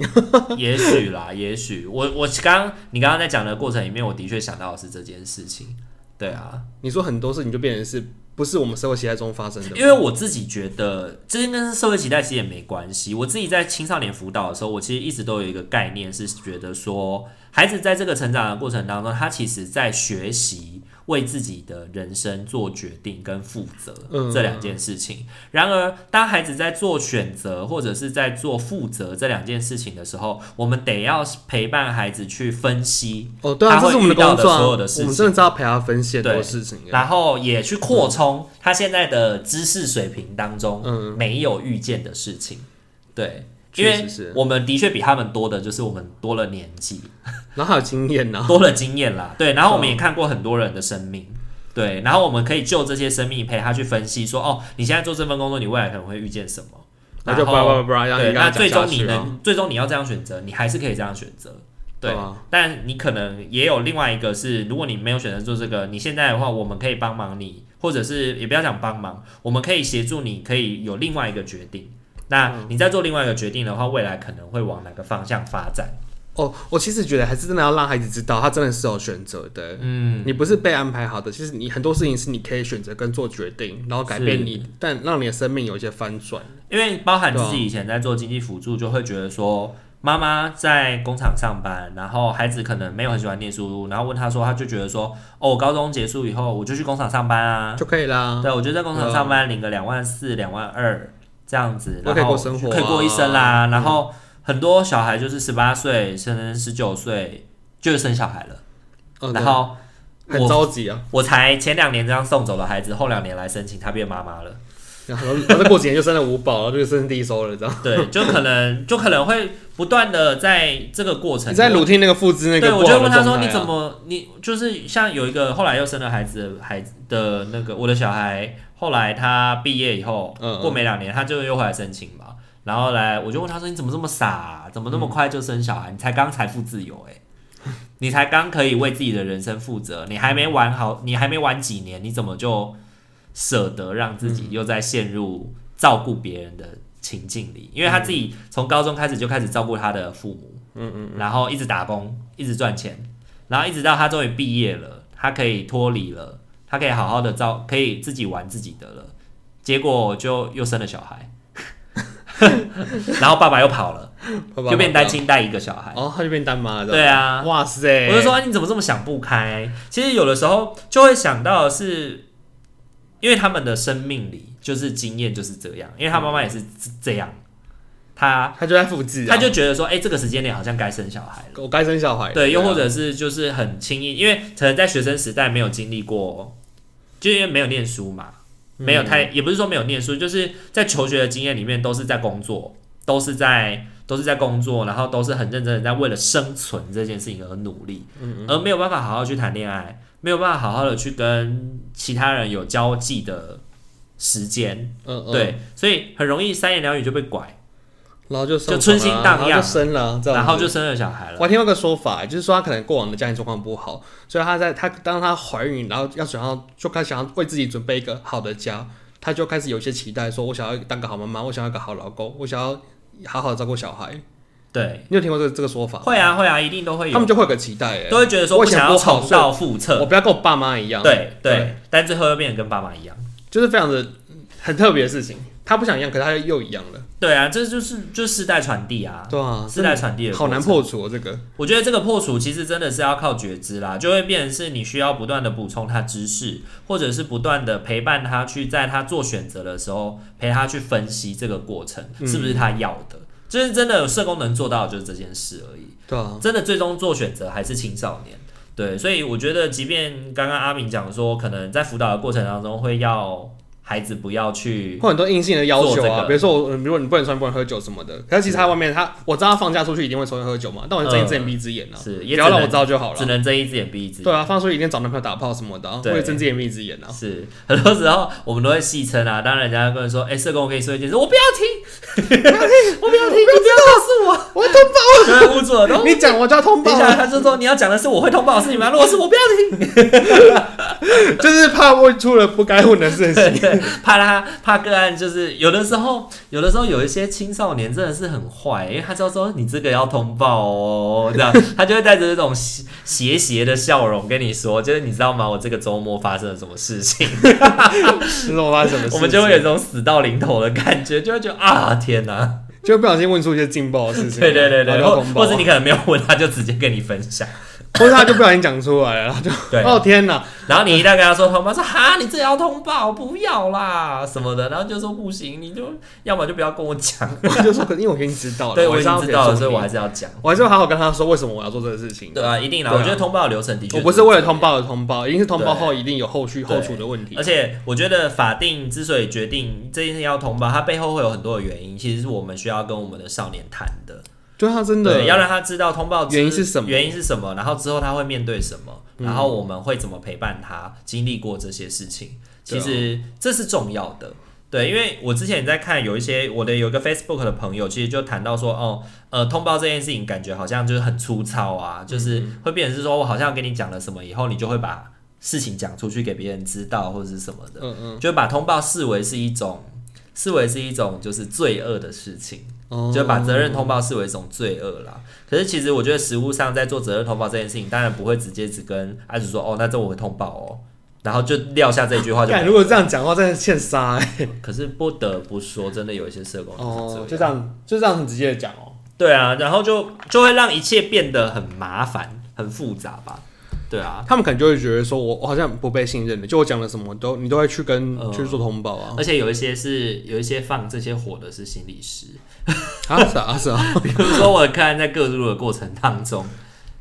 Speaker 2: 也许啦，也许我我刚你刚刚在讲的过程里面，我的确想到的是这件事情。对啊，
Speaker 1: 你说很多事情就变成是不是我们社会期待中发生的？
Speaker 2: 因为我自己觉得这跟社会期待其实也没关系。我自己在青少年辅导的时候，我其实一直都有一个概念，是觉得说，孩子在这个成长的过程当中，他其实在学习为自己的人生做决定跟负责
Speaker 1: 嗯
Speaker 2: 这两件事情。然而，当孩子在做选择或者是在做负责这两件事情的时候，我们得要陪伴孩子去分析
Speaker 1: 哦，对啊，
Speaker 2: 他
Speaker 1: 这
Speaker 2: 会
Speaker 1: 是我们
Speaker 2: 遇到
Speaker 1: 工
Speaker 2: 的
Speaker 1: 作、啊，
Speaker 2: 所有的事
Speaker 1: 我们
Speaker 2: 情
Speaker 1: 真的是要陪他分析很多
Speaker 2: 对
Speaker 1: 事情、欸。
Speaker 2: 然后也去扩充他现在的知识水平当中
Speaker 1: 嗯
Speaker 2: 没有遇见的事情。对，因
Speaker 1: 确
Speaker 2: 为
Speaker 1: 实是，
Speaker 2: 我们的确比他们多的就是我们多了年纪，
Speaker 1: 然后还有经验啊呐、
Speaker 2: 多了经验啦。对，然后我们
Speaker 1: 嗯
Speaker 2: 也看过很多人的生命。对，然后我们可以就这些生命陪他去分析说，哦，你现在做这份工作，你未来可能会遇见什么？
Speaker 1: 那就
Speaker 2: 然后
Speaker 1: 叭叭叭叭，让
Speaker 2: 对，
Speaker 1: 你
Speaker 2: 那
Speaker 1: 刚刚
Speaker 2: 最终
Speaker 1: 讲下
Speaker 2: 你
Speaker 1: 去啊，
Speaker 2: 能，最终你要这样选择，你还是可以这样选择。对，
Speaker 1: 对啊
Speaker 2: 但你可能也有另外一个是，如果你没有选择做这个，你现在的话，我们可以帮忙你，或者是也不要讲帮忙，我们可以协助你，可以有另外一个决定。那
Speaker 1: 嗯
Speaker 2: 你在做另外一个决定的话，未来可能会往哪个方向发展？
Speaker 1: 哦，我其实觉得还是真的要让孩子知道，他真的是有选择的。
Speaker 2: 嗯，
Speaker 1: 你不是被安排好的，其实你很多事情是你可以选择跟做决定，然后改变你，但让你的生命有一些翻转。
Speaker 2: 因为包含自己以前在做经济辅助，就会觉得说，妈妈在工厂上班，然后孩子可能没有很喜欢念书，然后问他说，他就觉得说，哦，我高中结束以后我就去工厂上班啊，
Speaker 1: 就可以啦。
Speaker 2: 对，我就在工厂上班，领个两万四、两万二，这样子，
Speaker 1: 都
Speaker 2: 然
Speaker 1: 可以
Speaker 2: 后
Speaker 1: 过生活啊
Speaker 2: 可以过一生啦。然后很多小孩就是十八岁，甚至十九岁就生小孩了，
Speaker 1: 嗯，
Speaker 2: 然后
Speaker 1: 对很
Speaker 2: 我
Speaker 1: 着急啊，
Speaker 2: 我才前两年这样送走了孩子，后两年来申请他变妈妈了。
Speaker 1: 然后然后再过几年就生了五宝，然后就生第一收
Speaker 2: *laughs*
Speaker 1: 了，这样。
Speaker 2: 对，就可能就可能会不断的在这个过程
Speaker 1: 你在
Speaker 2: 中
Speaker 1: 鲁听那个复制那个
Speaker 2: 对，
Speaker 1: 不好
Speaker 2: 我
Speaker 1: 的
Speaker 2: 就
Speaker 1: 状态啊，
Speaker 2: 问他说：“你怎么，你就是像有一个后来又生了孩子的孩子的那个我的小孩，后来他毕业以后，
Speaker 1: 嗯嗯
Speaker 2: 过没两年他就又回来申请嘛。然后来我就问他说：你怎么这么傻啊、怎么那么快就生小孩？你才刚财富自由
Speaker 1: *laughs*
Speaker 2: 哎、你才刚可以为自己的人生负责，你还没玩好，你还没玩几年，你怎么就舍得让自
Speaker 1: 嗯
Speaker 2: 己又再陷入照顾别人的情境里？因为他自己从高中开始就开始照顾他的父母，嗯嗯，然后一直打工，一直赚钱，然后一直到他终于毕业了，他可以脱离了，他可以好好的照，可以自己玩自己的了，结果就又生了小
Speaker 1: *laughs*
Speaker 2: 孩，然后爸爸又跑了，
Speaker 1: 爸爸
Speaker 2: 就变
Speaker 1: 妈妈
Speaker 2: 单亲带一个小孩，
Speaker 1: 哦，他哦就变单妈了，这
Speaker 2: 对
Speaker 1: 样，
Speaker 2: 啊，
Speaker 1: 哇塞，
Speaker 2: 我就说、啊、你怎么这么想不开？其实有的时候就会想到的是，因为他们的生命里就是经验就是这样，因为他妈妈也是这这样，他
Speaker 1: 他就在复制啊，
Speaker 2: 他就觉得说，哎、这个时间点好像该生小孩了，
Speaker 1: 我该生小孩了，
Speaker 2: 对，又
Speaker 1: 啊
Speaker 2: 或者是就是很轻易，因为可能在学生时代没有经历过，就因为没有念书嘛，没有
Speaker 1: 嗯
Speaker 2: 太、也不是说没有念书，就是在求学的经验里面都是在工作，都是在都是在工作，然后都是很认真的在为了生存这件事情而努力，
Speaker 1: 嗯
Speaker 2: 而没有办法好好去谈恋爱，没有办法好好的去跟其他人有交际的时间，
Speaker 1: 嗯嗯，
Speaker 2: 对，所以很容易三言两语就被拐，
Speaker 1: 然后就生
Speaker 2: 就春心
Speaker 1: 了啊
Speaker 2: 荡
Speaker 1: 然
Speaker 2: 漾
Speaker 1: 后就生了，这样
Speaker 2: 然后
Speaker 1: 子
Speaker 2: 就生了小孩了
Speaker 1: 我。还听过一个说法，就是说她可能过往的家庭状况不好，所以她在她当她怀孕，然后要想要就开始想要为自己准备一个好的家，她就开始有一些期待，说我想要当个好妈妈，我想要一个好老公，我想要好好照顾小孩。
Speaker 2: 对，
Speaker 1: 你有听过这个这个说法？
Speaker 2: 会，啊会啊，一定都会有
Speaker 1: 他们就会有个期待、欸，
Speaker 2: 都会觉得说
Speaker 1: 我
Speaker 2: 不
Speaker 1: 以前
Speaker 2: 想要
Speaker 1: 不好
Speaker 2: 重蹈覆
Speaker 1: 我
Speaker 2: 辙，
Speaker 1: 不要跟我爸妈一样，，
Speaker 2: 对对
Speaker 1: 对，
Speaker 2: 但最后又变得跟爸妈一样。
Speaker 1: 就是非常的很特别的事情。她不想一样，可是她又一样了，
Speaker 2: 对啊，这就是就是世代传递啊，
Speaker 1: 对啊，
Speaker 2: 世代传递的
Speaker 1: 好难
Speaker 2: 过程
Speaker 1: 破除、哦、这个，
Speaker 2: 我觉得这个破除其实真的是要靠觉知啦，就会变成是你需要不断的补充他知识，或者是不断的陪伴他去在他做选择的时候陪他去分析这个过程
Speaker 1: 嗯
Speaker 2: 是不是他要的。就是真的社工能做到的就是这件事而已，
Speaker 1: 对啊，
Speaker 2: 真的最终做选择还是青少年。对，所以我觉得，即便刚刚阿明讲说，可能在辅导的过程当中会要孩子不要去，
Speaker 1: 会很多硬性的要求
Speaker 2: 做这
Speaker 1: 啊，
Speaker 2: 个
Speaker 1: 比如说我，如果你不能穿、不能喝酒什么的，可是其实他外面他，我知道他放假出去一定会抽烟喝酒嘛，但我
Speaker 2: 嗯
Speaker 1: 睁一只眼闭一只眼啊，
Speaker 2: 是
Speaker 1: 不
Speaker 2: 也
Speaker 1: 要
Speaker 2: 只
Speaker 1: 让我
Speaker 2: 能
Speaker 1: 知道就好
Speaker 2: 只
Speaker 1: 了。
Speaker 2: 能睁一只眼闭一只眼。
Speaker 1: 对啊，放出去一定找男朋友打炮什么的啊，我
Speaker 2: 对
Speaker 1: 也睁只眼闭一只眼啊。
Speaker 2: 是很多时候我们都会戏称啊，当人家跟人说，哎、社工我可以说一件事，我不要
Speaker 1: *laughs*
Speaker 2: 听，我不要听，你不要告诉
Speaker 1: 我通
Speaker 2: 我，就会捂住耳朵。
Speaker 1: 你讲我就要通报
Speaker 2: 等一下， *laughs*
Speaker 1: 啊，
Speaker 2: 他就说你要讲的是我会通报的事情吗？如果是我不要听，
Speaker 1: 就是怕问出了不该问的事情。
Speaker 2: 对 *laughs* 对，怕他怕个案就是有的时候，有的时候有一些青少年真的是很坏，因为他就说你这个要通报哦，
Speaker 1: *laughs*
Speaker 2: 这样他就会带着这种邪邪邪的笑容跟你说，就是你知道吗？我这个周末发生了什么事
Speaker 1: *laughs*
Speaker 2: 情？
Speaker 1: 是我发生什么
Speaker 2: *laughs*
Speaker 1: 事？
Speaker 2: 我们就会有一种死到临头的感觉，就会觉得啊天哪、
Speaker 1: 就不小心问出一些劲爆的事情啊。
Speaker 2: 对对对对，
Speaker 1: 然后
Speaker 2: 或
Speaker 1: 就通报
Speaker 2: 或
Speaker 1: 啊
Speaker 2: 是你，可能没有问，他就直接跟你分享。
Speaker 1: 或是他就不小心讲出来了，然后就
Speaker 2: 对，
Speaker 1: 哦天哪，
Speaker 2: 然后你一旦跟他说通报，说哈，你这也要通报，不要啦什么的，然后就说不行，你就要么就不要跟我讲。
Speaker 1: 我就说，可因为我已经知道了，
Speaker 2: 对，我
Speaker 1: 还
Speaker 2: 已
Speaker 1: 是要
Speaker 2: 经知道了，所以我
Speaker 1: 给
Speaker 2: 还
Speaker 1: 你
Speaker 2: 是要讲。
Speaker 1: 我还是要好好跟他说为什么我要做这个事情。
Speaker 2: 对啊，一定啦，
Speaker 1: 对啊
Speaker 2: 我觉得通报的流程的确，
Speaker 1: 我不是为了通。报而通报，一定是通报
Speaker 2: 对
Speaker 1: 后一定有后续后续的问题
Speaker 2: 而。且我觉得法定之所以决定这件事要通报，它背后会有很多的原因，其实是我们需要跟我们的少年谈的。
Speaker 1: 对啊，真的
Speaker 2: 对，要让他知道通报之
Speaker 1: 原因是什么嗯
Speaker 2: 原因是什么，然后之后他会面对什么，然后我们会怎么陪伴他经历过这些事情。其
Speaker 1: 对啊
Speaker 2: 实这是重要的，对，因为我之前在看有一些我的有一个 Facebook 的朋友，其实就谈到说，哦，呃，通报这件事情感觉好像就是很粗糙啊，
Speaker 1: 嗯
Speaker 2: 就是会变成是说我好像跟你讲了什么以后，你就会把事情讲出去给别人知道或者是什么的，
Speaker 1: 嗯嗯
Speaker 2: 就把通报视为是一种视为是一种就是罪恶的事情。
Speaker 1: 哦
Speaker 2: 就把责任通报视为一种罪恶啦。可是其实我觉得实务上在做责任通报这件事情，当然不会直接只跟阿祖说哦，那这我会通报哦，然后就撂下这句话就没
Speaker 1: 干
Speaker 2: 了。
Speaker 1: 如果这样讲话，真的欠杀欸
Speaker 2: 可是不得不说，真的有一些社工
Speaker 1: 哦，
Speaker 2: 就是
Speaker 1: 就
Speaker 2: 这
Speaker 1: 这
Speaker 2: 样。
Speaker 1: 样，就这样很直接的讲哦。
Speaker 2: 对啊，然后就就会让一切变得很麻烦、很复杂吧。对啊，
Speaker 1: 他们可能就会觉得说我我好像不被信任了，就我讲了什么都你都会去跟、
Speaker 2: 嗯
Speaker 1: 去做通报啊
Speaker 2: *laughs* 而且有一些是有一些放这些火的是心理师，
Speaker 1: 啊是啊是啊，
Speaker 2: 比如说我看在各路的过程当中，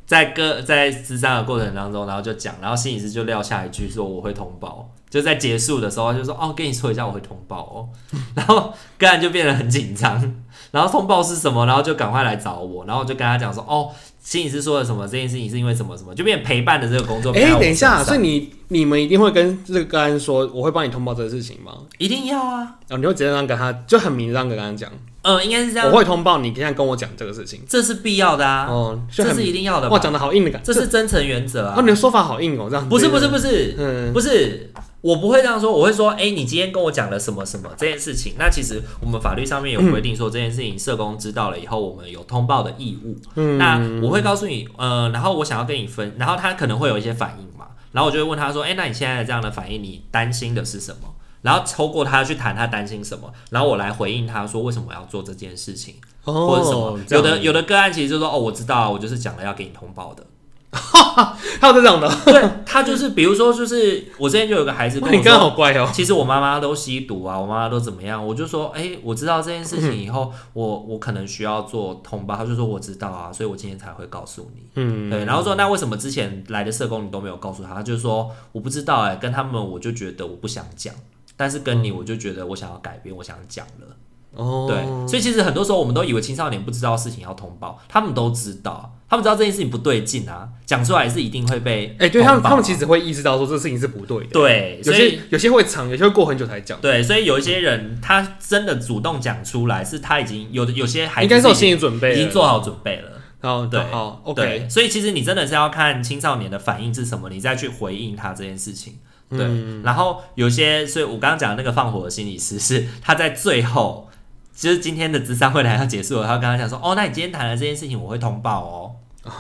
Speaker 2: 在各在智商的过程当中，然后就讲，然后心理师就撂下一句说我会通报，就在结束的时候他就说哦跟你说一下我会通报哦， *laughs* 然后个人就变得很紧张，然后通报是什么，然后就赶快来找我，然后我就跟他讲说哦心理师说了什么，这件事情是因为什么什么，就变陪伴的这个工作。
Speaker 1: 哎、
Speaker 2: 变在我
Speaker 1: 等一下，
Speaker 2: 身
Speaker 1: 所
Speaker 2: 上
Speaker 1: 以你你们一定会跟这个个案说我会帮你通报这个事情吗？
Speaker 2: 一定要啊，
Speaker 1: 然后你会直接让跟他就很明让跟他讲，
Speaker 2: 嗯、应该是这样
Speaker 1: 我，会通报你，现在跟我讲这个事情。
Speaker 2: 这是必要的啊，
Speaker 1: 哦，就
Speaker 2: 这
Speaker 1: 很
Speaker 2: 是一定要的吧
Speaker 1: 哇，讲的好硬的感觉。
Speaker 2: 这是真诚原则啊
Speaker 1: 哦，你。的说法好硬哦，这样
Speaker 2: 不是
Speaker 1: 对
Speaker 2: 不是不是，
Speaker 1: 嗯，
Speaker 2: 不是，我不会这样说，我会说，哎、你今天跟我讲了什么什么这件事情，那其实我们法律上面有规定说这件事情，社工知道了以后，我们有通报的义务。
Speaker 1: 嗯
Speaker 2: 那我会告诉你，呃，然后我想要跟你分，然后他可能会有一些反应嘛，然后我就会问他说，哎、那你现在这样的反应，你担心的是什么？然后透过他去谈他担心什么，然后我来回应他说为什么要做这件事情，
Speaker 1: 哦，
Speaker 2: 或者什么。有的有
Speaker 1: 的
Speaker 2: 的个案其实就说哦，我知道啊，我就是讲了要给你通报的。
Speaker 1: 还有这种的，
Speaker 2: *laughs* 对他就是比如说就是我之前就有个孩子跟
Speaker 1: 哇
Speaker 2: 我说
Speaker 1: 你，刚好乖哦。
Speaker 2: 其实我妈妈都吸毒啊，我妈妈都怎么样，我就说，哎、我知道这件事情以后，我我可能需要做通报，她就说我知道啊，所以我今天才会告诉你。
Speaker 1: 嗯，
Speaker 2: 对，然后说那为什么之前来的社工你都没有告诉他？他就说我不知道哎、跟他们我就觉得我不想讲，但是跟你我就觉得我想要改变，我想讲了。
Speaker 1: 嗯哦，
Speaker 2: 对，所以其实很多时候我们都以为青少年不知道事情要通报，他们都知道，他们知道这件事情不对劲啊，讲出来是一定会被
Speaker 1: 哎、对他
Speaker 2: 通
Speaker 1: 们，
Speaker 2: 报
Speaker 1: 他们其
Speaker 2: 啊
Speaker 1: 实会意识到说这事情是不对的。
Speaker 2: 对，所
Speaker 1: 有
Speaker 2: 以
Speaker 1: 些有些会藏，有些会过很久才讲，
Speaker 2: 对，所以有一些人他真的主动讲出来，是他已经有的有些孩子
Speaker 1: 应该是有心
Speaker 2: 已
Speaker 1: 理准
Speaker 2: 经
Speaker 1: 备
Speaker 2: 已
Speaker 1: 了
Speaker 2: 经做好准备了。
Speaker 1: 好，
Speaker 2: 对
Speaker 1: 好
Speaker 2: 对，
Speaker 1: ，OK，
Speaker 2: 所以其实你真的是要看青少年的反应是什么，你再去回应他这件事情。对，
Speaker 1: 嗯
Speaker 2: 然后有些，所以我刚刚讲的那个放火的心理师是他在最后，就是今天的智商会来要结束了，他跟他讲说，哦，那你今天谈了这件事情，我会通报哦。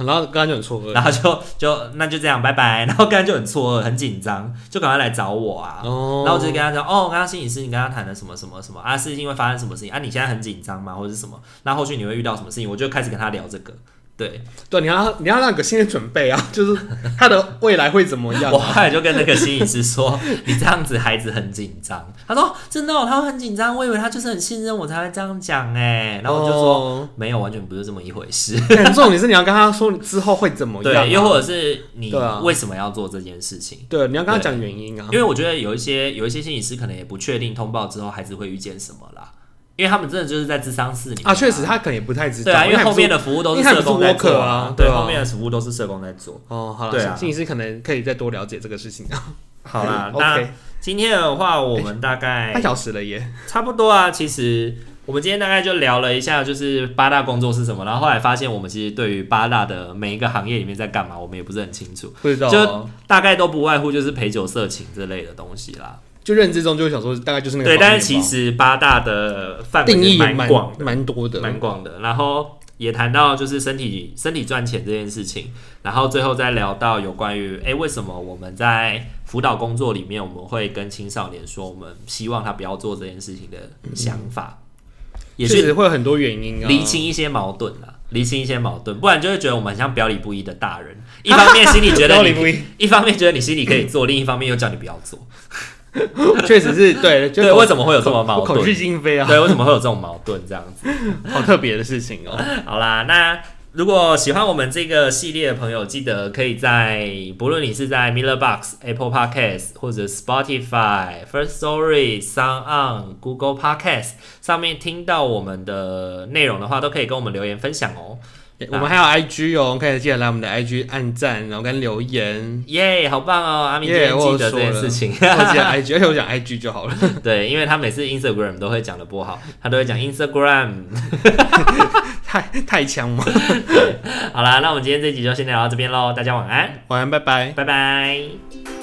Speaker 1: 然后刚刚就很错愕，
Speaker 2: 然后就就那就这样，拜拜。然后刚刚就很错愕，很紧张，就赶快来找我啊。
Speaker 1: 哦
Speaker 2: 然后我就跟他讲，哦，刚刚心理师你跟他谈了什么什么什么啊？是因为发生什么事情啊？你现在很紧张吗？或者是什么？那后续你会遇到什么事情？我就开始跟他聊这个。对，
Speaker 1: 对，你要你要让有个心理准备啊， *laughs* 就是他的未来会怎么样
Speaker 2: 我？后来就跟那个心理师说，你这样子孩子很紧张。他说真的、哦，他会很紧张，我以为他就是很信任我才会这样讲哎。然后我就说、
Speaker 1: 哦 *laughs*
Speaker 2: 没有，完全不是这么一回事。
Speaker 1: 哎很重点是你要跟他说你之后会怎么样啊、
Speaker 2: 对，又或者是你
Speaker 1: 对啊
Speaker 2: 为什么要做这件事情？
Speaker 1: 对，你要跟他
Speaker 2: 对
Speaker 1: 讲原因啊
Speaker 2: 因。为我觉得有一些有一些心理师可能也不确定通报之后孩子会遇见什么啦，因为他们真的就是在智商室里面
Speaker 1: 啊，确实，他可能也不太知道，
Speaker 2: 对啊，因为
Speaker 1: 他也
Speaker 2: 后
Speaker 1: 不是
Speaker 2: 面的服务都是
Speaker 1: 因为他
Speaker 2: 社
Speaker 1: 也不是
Speaker 2: 工在做
Speaker 1: worker 啊
Speaker 2: 对，
Speaker 1: 对啊
Speaker 2: 后面的服务都是社工在做。
Speaker 1: 哦，好
Speaker 2: 对
Speaker 1: 了，
Speaker 2: 啊
Speaker 1: 心理师可能可以再多了解这个事情啊。，
Speaker 2: 好啦那
Speaker 1: *laughs* OK 哎
Speaker 2: 今天的话，我们大
Speaker 1: 半
Speaker 2: 概
Speaker 1: 小时了耶，
Speaker 2: 差不多啊，其实。我们今天大概就聊了一下，就是八大工作是什么，然后后来发现我们其实对于八大的每一个行业里面在干嘛，我们也不是很清楚，
Speaker 1: 不知道
Speaker 2: 就
Speaker 1: 啊
Speaker 2: 大概都不外乎就是陪酒、色情之类的东西啦。
Speaker 1: 就认知中就会想说，大概就是那个
Speaker 2: 对，
Speaker 1: 方
Speaker 2: 但
Speaker 1: 面
Speaker 2: 是其
Speaker 1: 吧
Speaker 2: 实八大的范围
Speaker 1: 定义
Speaker 2: 其实
Speaker 1: 也
Speaker 2: 蛮广的，
Speaker 1: 蛮多的，
Speaker 2: 蛮广的。然后也谈到就是身体身体赚钱这件事情，然后最后再聊到有关于诶为什么我们在辅导工作里面，我们会跟青少年说我们希望他不要做这件事情的想法，也
Speaker 1: 嗯确
Speaker 2: 是
Speaker 1: 实会有很多原因啊。
Speaker 2: 厘清一些矛盾啦。厘清一些矛盾，不然就会觉得我们很像表里不一的大人。一方面心里觉得
Speaker 1: *laughs* 表里不
Speaker 2: 你，一方面觉得你心里可以做，另一方面又叫你不要
Speaker 1: *laughs*
Speaker 2: 做。
Speaker 1: *laughs* 确
Speaker 2: *laughs*
Speaker 1: 实是对，就
Speaker 2: 对，
Speaker 1: 口
Speaker 2: 为什么会有这么矛
Speaker 1: 口
Speaker 2: 盾
Speaker 1: 是？心非啊，
Speaker 2: 对，为什么会有这种矛盾？这样子。
Speaker 1: 好特别的事
Speaker 2: *laughs*
Speaker 1: 情哦。
Speaker 2: 好啦，那如果喜欢我们这个系列的朋友，记得可以在不论你是在 Miller Box、Apple Podcast 或者 Spotify、First Story、Sound On、Google Podcast 上面听到我们的内容的话，都可以跟我们留言分享哦。
Speaker 1: 我们还有 IG 哦，可以记得来我们的 IG 按赞，然后跟留言。
Speaker 2: 耶、好棒哦！阿明今
Speaker 1: 耶，
Speaker 2: 天
Speaker 1: 我有
Speaker 2: 记得这
Speaker 1: 说
Speaker 2: 件
Speaker 1: 了，
Speaker 2: 事情， *laughs*
Speaker 1: 我记得 *laughs* IG，而且我讲 IG 就好了。 *laughs*
Speaker 2: 对，因为他每次 Instagram 都会讲的不好，他都会讲 Instagram。 *laughs*
Speaker 1: 太太强嘛，
Speaker 2: 好啦，那我们今天这集就先聊到这边喽，大家晚安，
Speaker 1: 晚安，拜拜。
Speaker 2: 拜拜。